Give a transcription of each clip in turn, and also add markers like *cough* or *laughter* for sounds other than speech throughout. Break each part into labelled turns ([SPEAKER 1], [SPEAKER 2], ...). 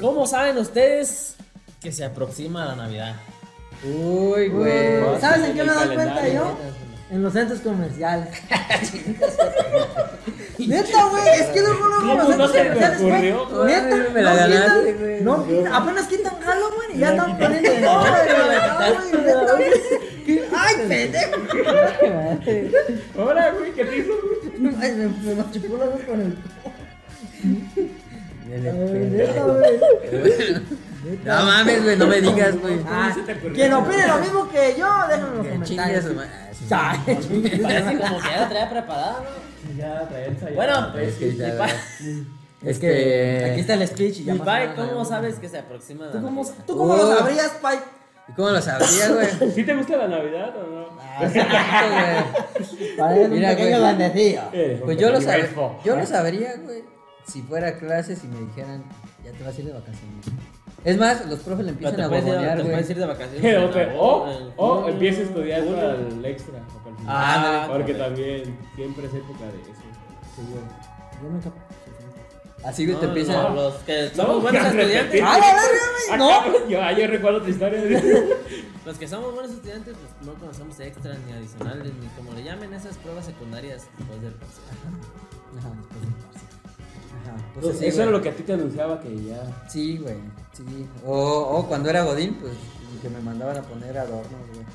[SPEAKER 1] ¿Cómo saben ustedes que se aproxima la Navidad?
[SPEAKER 2] Uy,
[SPEAKER 3] Uy,
[SPEAKER 2] güey.
[SPEAKER 3] Pues, ¿Sabes
[SPEAKER 4] en
[SPEAKER 3] en qué
[SPEAKER 4] el
[SPEAKER 3] me doy
[SPEAKER 4] calendario,
[SPEAKER 3] cuenta yo? En los centros comerciales. Neta, güey, es que luego luego
[SPEAKER 1] ¿Cómo
[SPEAKER 3] los
[SPEAKER 1] no
[SPEAKER 3] centros
[SPEAKER 1] se me
[SPEAKER 3] comerciales, güey.
[SPEAKER 1] ocurrió?
[SPEAKER 3] Neta,
[SPEAKER 2] Ay, me la
[SPEAKER 3] no
[SPEAKER 2] ganaste,
[SPEAKER 3] quitan-
[SPEAKER 2] güey.
[SPEAKER 3] no quitan- apenas quitan Halloween y ya están poniendo de nuevo, güey, ay, neta, güey. ¿Qué? Ay, pendejo.
[SPEAKER 1] Ahora, güey, ¿qué te hizo?
[SPEAKER 3] Ay, me, me machucó la voz con el. Ay, neta,
[SPEAKER 2] No
[SPEAKER 3] güey.
[SPEAKER 2] mames, güey, no me digas, güey.
[SPEAKER 3] Ah,
[SPEAKER 1] se te ocurrió?
[SPEAKER 3] quien opine lo mismo que yo, déjenme en los
[SPEAKER 2] Que chingue
[SPEAKER 3] comentarios.
[SPEAKER 2] su madre. Ah, sí.
[SPEAKER 3] Ay,
[SPEAKER 1] Parece *laughs* como que ya la traía preparada, ¿no?
[SPEAKER 4] Ya, trae el sayón.
[SPEAKER 1] Bueno,
[SPEAKER 2] Ah, Es
[SPEAKER 1] *laughs*
[SPEAKER 2] que ya,
[SPEAKER 1] mi
[SPEAKER 2] ¿verdad?
[SPEAKER 1] pa-
[SPEAKER 3] Es
[SPEAKER 2] Este,
[SPEAKER 3] que aquí está el speech y ya
[SPEAKER 1] mi
[SPEAKER 3] más
[SPEAKER 1] pai,
[SPEAKER 3] nada,
[SPEAKER 1] ¿cómo
[SPEAKER 3] güey.
[SPEAKER 1] sabes que se aproxima la
[SPEAKER 3] ¿Tú cómo,
[SPEAKER 1] Navidad?
[SPEAKER 3] tú cómo lo
[SPEAKER 2] Oh.
[SPEAKER 3] sabrías, Pai?
[SPEAKER 2] ¿Y ¿Cómo lo
[SPEAKER 4] *laughs*
[SPEAKER 2] sabría, güey?
[SPEAKER 4] ¿Sí te gusta la Navidad o no?
[SPEAKER 2] Exacto,
[SPEAKER 3] Para
[SPEAKER 2] Mira, güey.
[SPEAKER 3] bandecillo.
[SPEAKER 4] Eres
[SPEAKER 2] güey.
[SPEAKER 4] un
[SPEAKER 2] Pues yo lo, sab-
[SPEAKER 4] pendejo.
[SPEAKER 2] yo lo sabría, güey, si fuera a clases y me dijeran, ya te vas a ir de vacaciones. Es más, los profes le
[SPEAKER 1] No
[SPEAKER 2] empiezan
[SPEAKER 1] te
[SPEAKER 2] a
[SPEAKER 1] puedes ir-
[SPEAKER 2] huevonear,
[SPEAKER 1] te
[SPEAKER 2] güey.
[SPEAKER 1] puedes ir de vacaciones.
[SPEAKER 4] *laughs* O,
[SPEAKER 1] en
[SPEAKER 4] Oh, te- o,
[SPEAKER 1] agosto,
[SPEAKER 4] o empieza a estudiar al extra. o al final.
[SPEAKER 1] Ah,
[SPEAKER 4] porque
[SPEAKER 1] correcto.
[SPEAKER 4] también siempre es época de eso. Seguro.
[SPEAKER 3] Yo nunca.
[SPEAKER 2] Así,
[SPEAKER 1] en-
[SPEAKER 2] güey, te
[SPEAKER 1] No,
[SPEAKER 2] empiezan...
[SPEAKER 1] no, los que
[SPEAKER 4] No,
[SPEAKER 1] somos buenos *laughs*
[SPEAKER 4] ya
[SPEAKER 1] estudiantes,
[SPEAKER 4] repetí.
[SPEAKER 3] ¡Ay, la verga,
[SPEAKER 4] *laughs*
[SPEAKER 3] güey!
[SPEAKER 4] Ah,
[SPEAKER 3] ¡No!
[SPEAKER 4] cabrón, Yo, ah, yo recuerdo tu *laughs* historia. de-
[SPEAKER 1] los que somos buenos estudiantes, pues no conocemos extras ni adicionales, ni como le llamen esas pruebas secundarias pues, después del proceso.
[SPEAKER 2] Ajá, pues después del parcial. Ajá, pues
[SPEAKER 4] Entonces,
[SPEAKER 2] así,
[SPEAKER 4] eso era
[SPEAKER 2] güey.
[SPEAKER 4] lo que a ti te anunciaba que ya.
[SPEAKER 2] Sí, güey, sí. O, o cuando era Godín, pues que me mandaban a poner adornos, güey.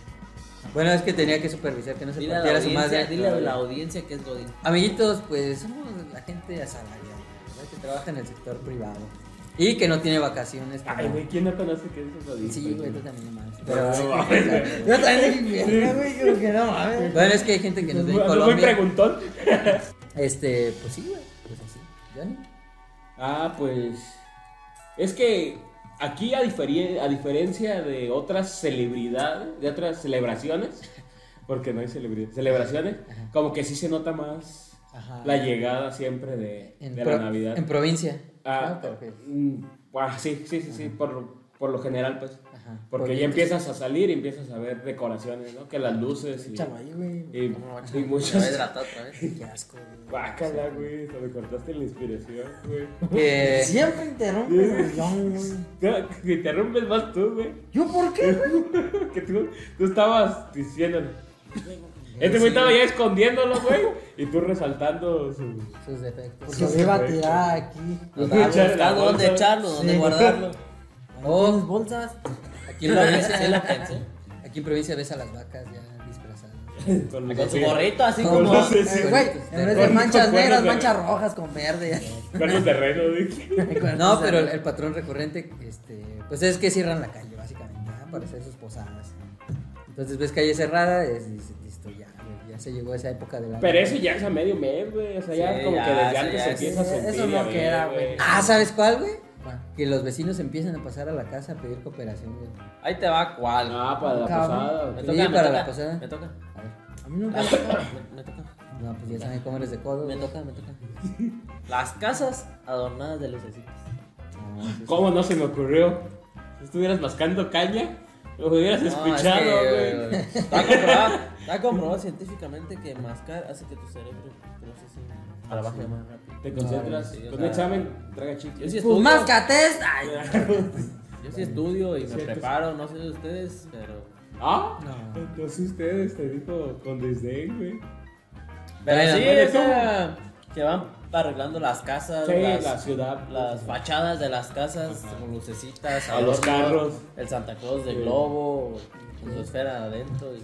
[SPEAKER 2] Bueno, es que tenía que supervisar que no se
[SPEAKER 1] Dile a
[SPEAKER 2] partiera
[SPEAKER 1] la
[SPEAKER 2] su
[SPEAKER 1] audiencia,
[SPEAKER 2] madre.
[SPEAKER 1] dile a la audiencia que es Godín.
[SPEAKER 2] Amiguitos, pues somos la gente asalariada, ¿verdad? que trabaja en el sector privado y que no tiene vacaciones. como-
[SPEAKER 4] Ay, güey, ¿quién no conoce que eso es lo dice?
[SPEAKER 2] Sí, güey, tú también nomás. Pero,
[SPEAKER 3] Yo también dije, "Verga, güey, como que no mames.
[SPEAKER 2] bueno, es que hay gente que nos ve en
[SPEAKER 4] Pues No soy
[SPEAKER 2] Colombia.
[SPEAKER 4] preguntón.
[SPEAKER 2] Este, pues sí, güey, pues así. Johnny.
[SPEAKER 4] Ah, pues. Es que aquí, a, diferi- a diferencia de otras celebridades, de otras celebraciones, *laughs* porque no hay celebridades, celebraciones, como que sí se nota más
[SPEAKER 2] Ajá.
[SPEAKER 4] la llegada siempre de,
[SPEAKER 2] Ah. En,
[SPEAKER 4] de
[SPEAKER 2] pro-
[SPEAKER 4] la Navidad.
[SPEAKER 2] en provincia.
[SPEAKER 4] Ah,
[SPEAKER 2] ¿no? Te refieres.
[SPEAKER 4] mm, ah, sí, sí, sí, sí, por, por lo general, pues.
[SPEAKER 2] Ajá.
[SPEAKER 4] Porque
[SPEAKER 2] Porque-
[SPEAKER 4] ya empiezas a salir y empiezas a ver decoraciones, ¿no? Que las luces y,
[SPEAKER 3] Échalo ahí, güey.
[SPEAKER 4] y,
[SPEAKER 2] ¿Cómo va a
[SPEAKER 4] y
[SPEAKER 1] Se va a
[SPEAKER 4] muchas...
[SPEAKER 1] hidratar otra vez.
[SPEAKER 3] Qué asco, güey.
[SPEAKER 4] Bácala, güey, te me cortaste la inspiración, güey. *laughs*
[SPEAKER 2] Que-
[SPEAKER 3] Siempre interrumpes el guión, güey.
[SPEAKER 4] No, que te rompes más tú, güey.
[SPEAKER 3] ¿Yo por qué, güey?
[SPEAKER 4] Que tú, tú estabas diciéndolo. Este güey estaba ya escondiéndolo, güey. Y tú resaltando su.
[SPEAKER 2] sus defectos.
[SPEAKER 3] Porque me iba a tirar aquí.
[SPEAKER 1] Nos
[SPEAKER 4] Echar la
[SPEAKER 1] buscando dónde
[SPEAKER 4] bolsa.
[SPEAKER 1] echarlo, dónde
[SPEAKER 3] Sí.
[SPEAKER 1] guardarlo.
[SPEAKER 3] ¿Tienes bolsas?
[SPEAKER 2] Aquí
[SPEAKER 1] ¿Quién
[SPEAKER 2] en
[SPEAKER 1] lo pensé?
[SPEAKER 2] provincia,
[SPEAKER 1] Sí, lo pensé.
[SPEAKER 2] aquí en provincia ves a las vacas ya disfrazadas.
[SPEAKER 4] Con,
[SPEAKER 1] Con su
[SPEAKER 4] los-
[SPEAKER 1] gorrito, así
[SPEAKER 4] Con
[SPEAKER 1] como.
[SPEAKER 4] los- sí,
[SPEAKER 3] Eh, Güey, en vez de
[SPEAKER 4] Con-
[SPEAKER 3] manchas
[SPEAKER 4] con
[SPEAKER 3] negras,
[SPEAKER 4] cuernos de-
[SPEAKER 3] manchas rojas con verde.
[SPEAKER 4] Cuernos de reno, güey.
[SPEAKER 2] No, pero el, el patrón recurrente, este, pues es que cierran la calle básicamente ¿ah? para hacer sus posadas. Entonces ves calle cerrada, es, dices, listo ya, güey, ya se llegó esa época del año.
[SPEAKER 4] Pero eso ya es a medio mes, güey. O sea, ya
[SPEAKER 1] Sí,
[SPEAKER 4] como
[SPEAKER 1] ya,
[SPEAKER 4] que desde
[SPEAKER 1] sí,
[SPEAKER 4] antes
[SPEAKER 1] ya,
[SPEAKER 4] se
[SPEAKER 1] sí,
[SPEAKER 4] empieza
[SPEAKER 3] sí,
[SPEAKER 4] a sentir.
[SPEAKER 3] Eh, eso no
[SPEAKER 4] a ver,
[SPEAKER 3] queda, güey.
[SPEAKER 2] Ah, ¿sabes cuál, güey? Que los vecinos empiezan a pasar a la casa a pedir cooperación. güey.
[SPEAKER 1] Ahí te va cuál.
[SPEAKER 4] Ah, para la
[SPEAKER 3] Cabrón.
[SPEAKER 4] posada.
[SPEAKER 1] Me
[SPEAKER 4] güey.
[SPEAKER 2] Sí,
[SPEAKER 1] toca, me
[SPEAKER 2] para
[SPEAKER 1] toca,
[SPEAKER 2] la posada.
[SPEAKER 1] Me toca.
[SPEAKER 2] A ver,
[SPEAKER 3] A mí nunca.
[SPEAKER 1] Me, me toca.
[SPEAKER 2] no, pues ya saben cómo eres de codo.
[SPEAKER 1] Me
[SPEAKER 2] güey.
[SPEAKER 1] toca, me toca. Las casas adornadas de lucecitas.
[SPEAKER 2] No,
[SPEAKER 3] Pues
[SPEAKER 2] sí, sí.
[SPEAKER 4] ¿Cómo no se me ocurrió? Si estuvieras mascando caña, lo hubieras escuchado, güey.
[SPEAKER 1] güey. Está comprobado, está comprobado científicamente que mascar hace que tu cerebro procese para abajo más rápido.
[SPEAKER 4] Te concentras.
[SPEAKER 1] sí, yo
[SPEAKER 4] con
[SPEAKER 1] también.
[SPEAKER 4] un examen, traga chicle.
[SPEAKER 1] Yo sí
[SPEAKER 3] Pues
[SPEAKER 1] estudio,
[SPEAKER 3] mascates. Ay,
[SPEAKER 1] yo sí estudio y me
[SPEAKER 4] Sí, pues-
[SPEAKER 1] preparo, no sé de ustedes, pero.
[SPEAKER 4] ¿Ah?
[SPEAKER 2] No.
[SPEAKER 4] Entonces ustedes te dijo con desdén, güey.
[SPEAKER 1] Pero
[SPEAKER 2] Bueno,
[SPEAKER 1] sí,
[SPEAKER 4] bueno,
[SPEAKER 1] o sea, que van arreglando las casas,
[SPEAKER 4] Sí,
[SPEAKER 1] las,
[SPEAKER 4] la ciudad.
[SPEAKER 1] las fachadas de las casas con lucecitas,
[SPEAKER 4] A los carros.
[SPEAKER 1] el Santa Claus de
[SPEAKER 4] Sí.
[SPEAKER 1] globo, con su esfera adentro. Y...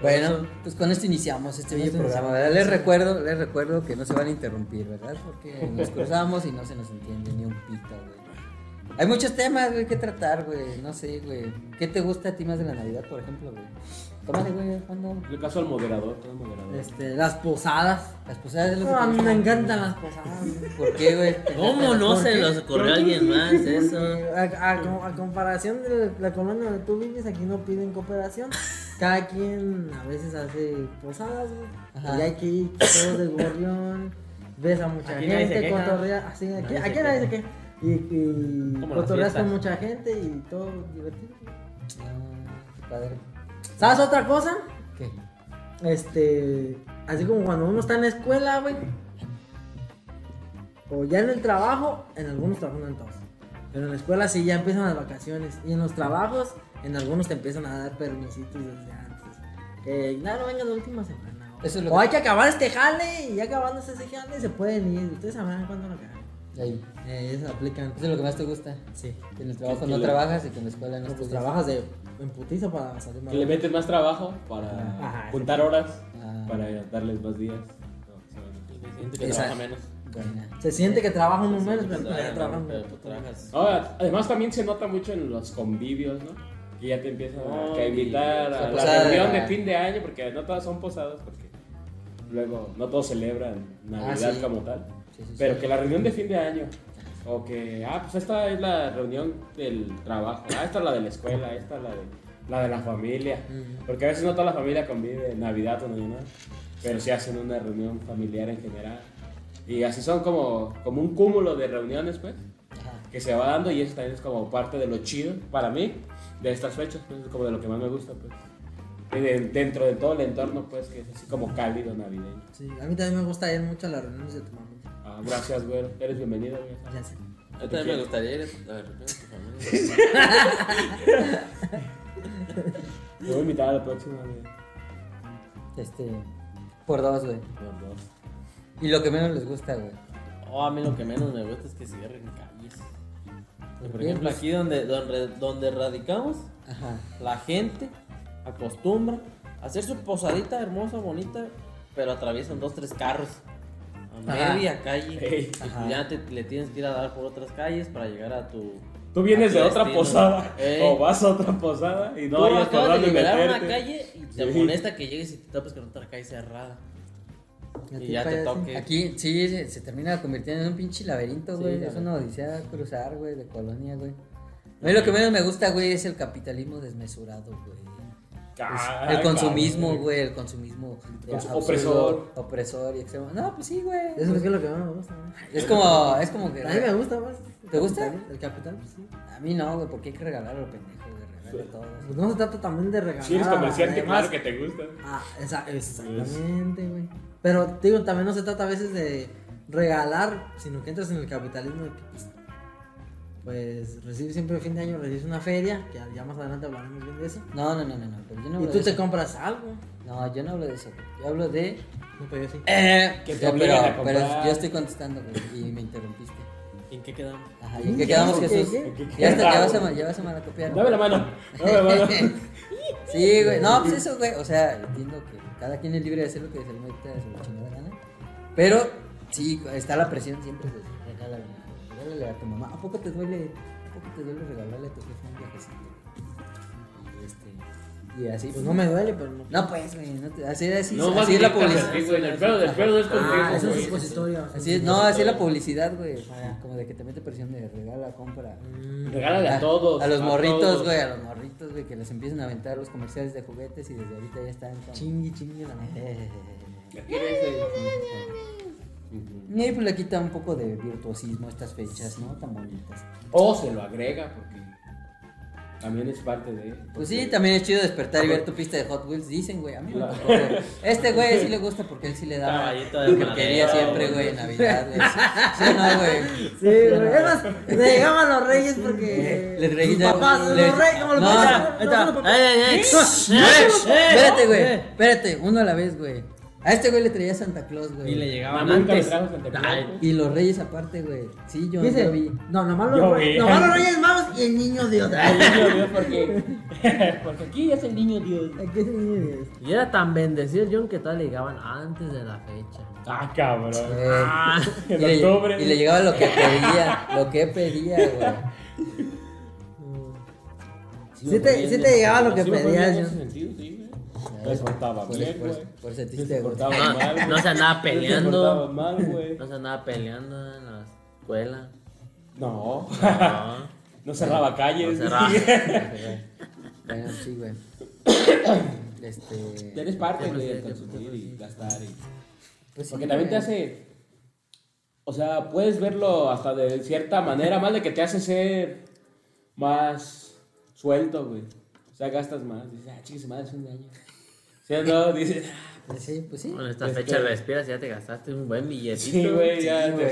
[SPEAKER 2] Bueno, pues con esto iniciamos este bello programa, ¿verdad? Les recuerdo, les recuerdo que no se van a interrumpir, ¿verdad? Porque nos cruzamos y no se nos entiende ni un pito, güey. Hay muchos temas, güey, que tratar, güey. No sé, güey. ¿Qué te gusta a ti más de la Navidad, por ejemplo, güey? Tómale, güey, cuando
[SPEAKER 4] Le caso al moderador, todo moderador.
[SPEAKER 3] Este, las posadas.
[SPEAKER 2] las posadas de los...
[SPEAKER 3] No, a mí Ah, me encantan las posadas. güey.
[SPEAKER 2] ¿Por qué, güey?
[SPEAKER 1] ¿Cómo no se les ocurrió a alguien más eso?
[SPEAKER 3] Eh, A, a com- a comparación de la colonia donde tú vives, aquí no piden cooperación. Cada quien a veces hace posadas, güey.
[SPEAKER 2] Ajá.
[SPEAKER 3] Y hay que ir todos de gorrión. Ves a mucha
[SPEAKER 1] Aquí nadie se
[SPEAKER 3] gente,
[SPEAKER 1] queja.
[SPEAKER 3] cotorrea. Así, aquí,
[SPEAKER 1] Nadie se
[SPEAKER 3] aquí nadie se queja. Y, y
[SPEAKER 1] Como las
[SPEAKER 3] cotorreas con
[SPEAKER 1] fiestas.
[SPEAKER 3] mucha gente y todo divertido.
[SPEAKER 2] Ah, qué padre.
[SPEAKER 3] ¿Sabes otra cosa?
[SPEAKER 2] ¿Qué?
[SPEAKER 3] Este, así como cuando uno está en la escuela, güey. O ya en el trabajo, en algunos trabajos no en todos. Pero en la escuela sí ya empiezan las vacaciones. Y en los trabajos, en algunos te empiezan a dar permisitos desde antes. Que no, no vengan la última semana. o-
[SPEAKER 2] Eso es lo
[SPEAKER 3] o
[SPEAKER 2] que-
[SPEAKER 3] hay que acabar este jale y ya acabándose ese jale se pueden ir. Ustedes sabrán cuándo lo acaban.
[SPEAKER 2] Ahí.
[SPEAKER 3] Eh, ellos aplican.
[SPEAKER 2] Eso es lo que más te gusta.
[SPEAKER 3] Sí.
[SPEAKER 2] Que en el trabajo
[SPEAKER 4] Que
[SPEAKER 2] no
[SPEAKER 4] le-
[SPEAKER 2] trabajas y que en la escuela no
[SPEAKER 3] No, pues
[SPEAKER 2] estudias.
[SPEAKER 3] trabajas de en putiza para salir más.
[SPEAKER 4] Que le meten más trabajo para
[SPEAKER 3] Ajá,
[SPEAKER 4] juntar horas,
[SPEAKER 2] Ah.
[SPEAKER 4] para darles más días. No, se van a-
[SPEAKER 1] Siento que
[SPEAKER 2] Esa-
[SPEAKER 1] trabaja menos.
[SPEAKER 2] Buena.
[SPEAKER 3] Se siente que trabaja uno menos,
[SPEAKER 1] Sí,
[SPEAKER 3] pero pues,
[SPEAKER 1] trabaja,
[SPEAKER 3] ya trabajan.
[SPEAKER 1] pero tú trabajas.
[SPEAKER 4] Ahora, además también se nota mucho en los convivios, ¿no? Que ya te empiezan a-
[SPEAKER 1] Ay,
[SPEAKER 4] que a invitar
[SPEAKER 2] la
[SPEAKER 4] a la
[SPEAKER 2] posada de
[SPEAKER 4] reunión
[SPEAKER 2] la-
[SPEAKER 4] de fin de año, porque no todas son posadas, porque luego no todos celebran Navidad
[SPEAKER 2] Ah, sí.
[SPEAKER 4] como tal.
[SPEAKER 2] Sí, sí,
[SPEAKER 4] Pero
[SPEAKER 2] sí.
[SPEAKER 4] que la reunión de fin de año, o que, ah, pues esta es la reunión del trabajo, ah, esta es la de la escuela, esta es la de la, de la familia. Porque a veces no toda la familia convive en Navidad o no, pero sí hacen una reunión familiar en general. Y así son como, como un cúmulo de reuniones, pues
[SPEAKER 2] Ajá.
[SPEAKER 4] que se va dando y eso también es como parte de lo chido para mí de estas fechas, pues, es como de lo que más me gusta, pues. Y de- dentro de todo el entorno, pues, que es así como cálido navideño.
[SPEAKER 3] Sí, a mí también me gusta ir mucho a las reuniones de tu mamá.
[SPEAKER 4] Ah, gracias, güero. Eres bienvenido, güey.
[SPEAKER 3] Ya sé.
[SPEAKER 1] Yo también me gustaría ir a la reunión de tu familia.
[SPEAKER 4] Te voy a invitar a la próxima, güey.
[SPEAKER 2] Este. Por dos, güey.
[SPEAKER 4] Por dos.
[SPEAKER 2] Y lo que menos les gusta, güey.
[SPEAKER 1] Oh, a mí lo que menos me gusta es que cierren calles. Por
[SPEAKER 2] Bien,
[SPEAKER 1] ejemplo,
[SPEAKER 2] pues.
[SPEAKER 1] aquí donde, donde, donde radicamos,
[SPEAKER 2] Ajá.
[SPEAKER 1] la gente acostumbra a hacer su posadita hermosa, bonita, pero atraviesan dos, tres carros a
[SPEAKER 2] Ajá.
[SPEAKER 1] media calle.
[SPEAKER 4] Ey.
[SPEAKER 1] Y ya te, le tienes que ir a dar por otras calles para llegar a tu.
[SPEAKER 4] Tú vienes
[SPEAKER 1] a
[SPEAKER 4] de
[SPEAKER 1] tu
[SPEAKER 4] otra
[SPEAKER 1] destino.
[SPEAKER 4] posada
[SPEAKER 1] Ey.
[SPEAKER 4] o vas a otra posada y no
[SPEAKER 1] Tú
[SPEAKER 4] hayas por
[SPEAKER 1] acabas de
[SPEAKER 4] dónde
[SPEAKER 1] liberar una
[SPEAKER 4] meterte.
[SPEAKER 1] calle y te
[SPEAKER 4] Sí.
[SPEAKER 1] molesta que llegues y te topes con otra calle cerrada. Y ya te toque.
[SPEAKER 2] Aquí, sí, se, se termina convirtiendo en un pinche laberinto,
[SPEAKER 1] Sí,
[SPEAKER 2] güey.
[SPEAKER 1] la
[SPEAKER 2] es una odisea cruzar, güey, de colonia, güey. A mí lo que menos me gusta, güey, es el capitalismo desmesurado, güey.
[SPEAKER 4] Ay,
[SPEAKER 2] el consumismo,
[SPEAKER 4] cabrón.
[SPEAKER 2] güey, el consumismo de
[SPEAKER 4] Cons-
[SPEAKER 2] absurdo,
[SPEAKER 4] opresor.
[SPEAKER 2] opresor y extremo. No, pues sí, güey.
[SPEAKER 3] Eso es lo que más me gusta. ¿no?
[SPEAKER 2] Es como, es como que.
[SPEAKER 3] A mí me gusta más. el
[SPEAKER 2] ¿Te gusta?
[SPEAKER 3] capital, El capital, pues sí.
[SPEAKER 2] A mí no, güey, porque hay que regalarlo, pendejo, güey. Regalarle todo.
[SPEAKER 3] Pues no se trata también de regalar.
[SPEAKER 4] Si eres comerciante,
[SPEAKER 3] Ah, además-
[SPEAKER 4] claro que te gusta.
[SPEAKER 3] Ah, esa- exactamente, güey. Pero, te digo, también no se trata a veces de regalar, sino que entras en el capitalismo de que, pues, pues, recibes siempre a fin de año, recibes una feria, que ya más adelante hablaremos bien de eso.
[SPEAKER 2] No, no, no, no, no. pero yo no
[SPEAKER 3] y
[SPEAKER 2] hablo
[SPEAKER 3] tú
[SPEAKER 2] de
[SPEAKER 3] te
[SPEAKER 2] eso.
[SPEAKER 3] compras algo.
[SPEAKER 2] No, yo no hablo de eso, güey. Yo hablo de.
[SPEAKER 3] No, pero yo sí.
[SPEAKER 2] Eh,
[SPEAKER 4] Que te
[SPEAKER 2] pero-
[SPEAKER 4] obligan a
[SPEAKER 2] pero
[SPEAKER 4] comprar.
[SPEAKER 2] yo estoy contestando, güey, y me interrumpiste.
[SPEAKER 1] ¿En qué quedamos?
[SPEAKER 2] Ajá, ¿y en qué quedamos,
[SPEAKER 3] ¿Qué?
[SPEAKER 2] Jesús?
[SPEAKER 3] ¿Qué?
[SPEAKER 4] ¿Qué?
[SPEAKER 2] Ya, está, ya, vas a, ma- ya vas a malacopiar.
[SPEAKER 4] Dame la mano. Dame la mano.
[SPEAKER 2] sí, güey. No, pues eso, güey. O sea, entiendo que cada quien es libre de hacer lo que se le meta a su chingada gana. Pero sí, está la presión siempre de regálale, regálale a tu mamá. ¿A poco te duele? ¿A poco te duele regalarle a tu jefe un viajecito? Y este. Y así.
[SPEAKER 3] Pues no me duele, pero no.
[SPEAKER 2] No, pues, güey. No te- así, así,
[SPEAKER 4] No,
[SPEAKER 2] así es la
[SPEAKER 4] publicidad.
[SPEAKER 2] publicidad.
[SPEAKER 4] El pedo, el pedo es contigo,
[SPEAKER 3] Ah, eso es
[SPEAKER 4] güey.
[SPEAKER 3] supositorio.
[SPEAKER 2] Así es, no, así es la publicidad, güey. Como de que te mete presión de regala, compra.
[SPEAKER 3] Mm,
[SPEAKER 4] Regálale a todos.
[SPEAKER 2] A los morritos,
[SPEAKER 4] todos.
[SPEAKER 2] güey, a los morritos, güey, que les empiezan a aventar los comerciales de juguetes y desde ahorita ya están. con-
[SPEAKER 3] Chingue, chingue la madre.
[SPEAKER 2] Eh,
[SPEAKER 4] ¿La quieres, eh?
[SPEAKER 2] Y ahí, pues le quita un poco de virtuosismo a estas fechas, ¿no? Tan bonitas.
[SPEAKER 4] O se lo agrega porque también es parte de.
[SPEAKER 2] Pues
[SPEAKER 4] porque-
[SPEAKER 2] sí, también es chido despertar y ver tu pista de Hot Wheels, dicen, güey. A mí no me tocó, güey. Este güey sí le gusta porque él sí le da
[SPEAKER 1] Caballito de
[SPEAKER 2] lo que
[SPEAKER 1] madera,
[SPEAKER 2] quería siempre, güey,
[SPEAKER 1] güey.
[SPEAKER 2] en Navidad, güey. Sí, Sí, no, güey.
[SPEAKER 3] Sí, pero es más, le llegaban los reyes porque.
[SPEAKER 2] Les
[SPEAKER 3] sus
[SPEAKER 2] regalan-
[SPEAKER 3] papás,
[SPEAKER 2] les-
[SPEAKER 3] los reyes, como los
[SPEAKER 2] No,
[SPEAKER 3] papás,
[SPEAKER 2] ahí
[SPEAKER 1] Ahí
[SPEAKER 3] no, no, los
[SPEAKER 1] está.
[SPEAKER 3] papás.
[SPEAKER 1] ¡Ey, ey, ey!
[SPEAKER 2] Espérate, güey. Espérate, uno a la vez, güey. A este güey le traía Santa Claus, güey.
[SPEAKER 1] Y le llegaban
[SPEAKER 4] Mamá nunca me
[SPEAKER 1] antes.
[SPEAKER 4] trajo Santa Claus.
[SPEAKER 1] Ay,
[SPEAKER 2] Y los reyes aparte, güey. Sí, yo
[SPEAKER 3] Dice,
[SPEAKER 2] yo vi.
[SPEAKER 3] no, nomás los,
[SPEAKER 4] Yo
[SPEAKER 3] reyes,
[SPEAKER 4] vi.
[SPEAKER 3] nomás los reyes magos y el niño Dios.
[SPEAKER 4] Ay, niño Dios, porque. Porque aquí es el niño Dios.
[SPEAKER 3] Aquí es el niño Dios.
[SPEAKER 5] Y era tan bendecido el John que todavía le llegaban antes de la fecha.
[SPEAKER 4] *laughs* Ah, cabrón. Ah, *laughs*
[SPEAKER 2] Eh,
[SPEAKER 4] en
[SPEAKER 2] y, le,
[SPEAKER 4] octubre.
[SPEAKER 2] y le llegaba lo que pedía, lo que pedía, güey.
[SPEAKER 3] Sí te-
[SPEAKER 4] fue bien,
[SPEAKER 3] sí te llegaba lo
[SPEAKER 4] sí
[SPEAKER 3] que
[SPEAKER 4] me fue
[SPEAKER 3] pedías,
[SPEAKER 4] bien en
[SPEAKER 3] yo.
[SPEAKER 4] ese sentido, sí, güey. Les portaba
[SPEAKER 2] Por-
[SPEAKER 4] bien,
[SPEAKER 2] por-
[SPEAKER 4] güey.
[SPEAKER 2] por ese triste,
[SPEAKER 4] Les
[SPEAKER 2] güey. *laughs*
[SPEAKER 4] portaba
[SPEAKER 5] No,
[SPEAKER 4] mal, güey.
[SPEAKER 5] no se andaba
[SPEAKER 4] Les
[SPEAKER 5] peleando.
[SPEAKER 4] portaba mal, güey.
[SPEAKER 5] No se andaba peleando en la
[SPEAKER 4] *laughs*
[SPEAKER 5] escuela.
[SPEAKER 4] No.
[SPEAKER 5] No,
[SPEAKER 4] No cerraba
[SPEAKER 5] no
[SPEAKER 4] calles.
[SPEAKER 5] cerraba.
[SPEAKER 4] *laughs*
[SPEAKER 2] Bueno, sí, güey. *coughs* Este.
[SPEAKER 4] Eres parte, güey, de consumir y gastar y.
[SPEAKER 2] Pues sí,
[SPEAKER 4] Porque también te
[SPEAKER 2] güey.
[SPEAKER 4] hace. O sea, puedes verlo hasta de cierta manera, más de que te hace ser más suelto, güey. O sea, gastas más. Dices, ah, chicas, madre, es un daño. *laughs* ¿Sí o no? Dices, ah,
[SPEAKER 2] Pues sí, pues sí.
[SPEAKER 5] Bueno, esta
[SPEAKER 4] Este-
[SPEAKER 5] fecha respiras, ya te gastaste un buen billetito.
[SPEAKER 4] sí, güey, ya
[SPEAKER 2] Sí,
[SPEAKER 4] te
[SPEAKER 2] güey.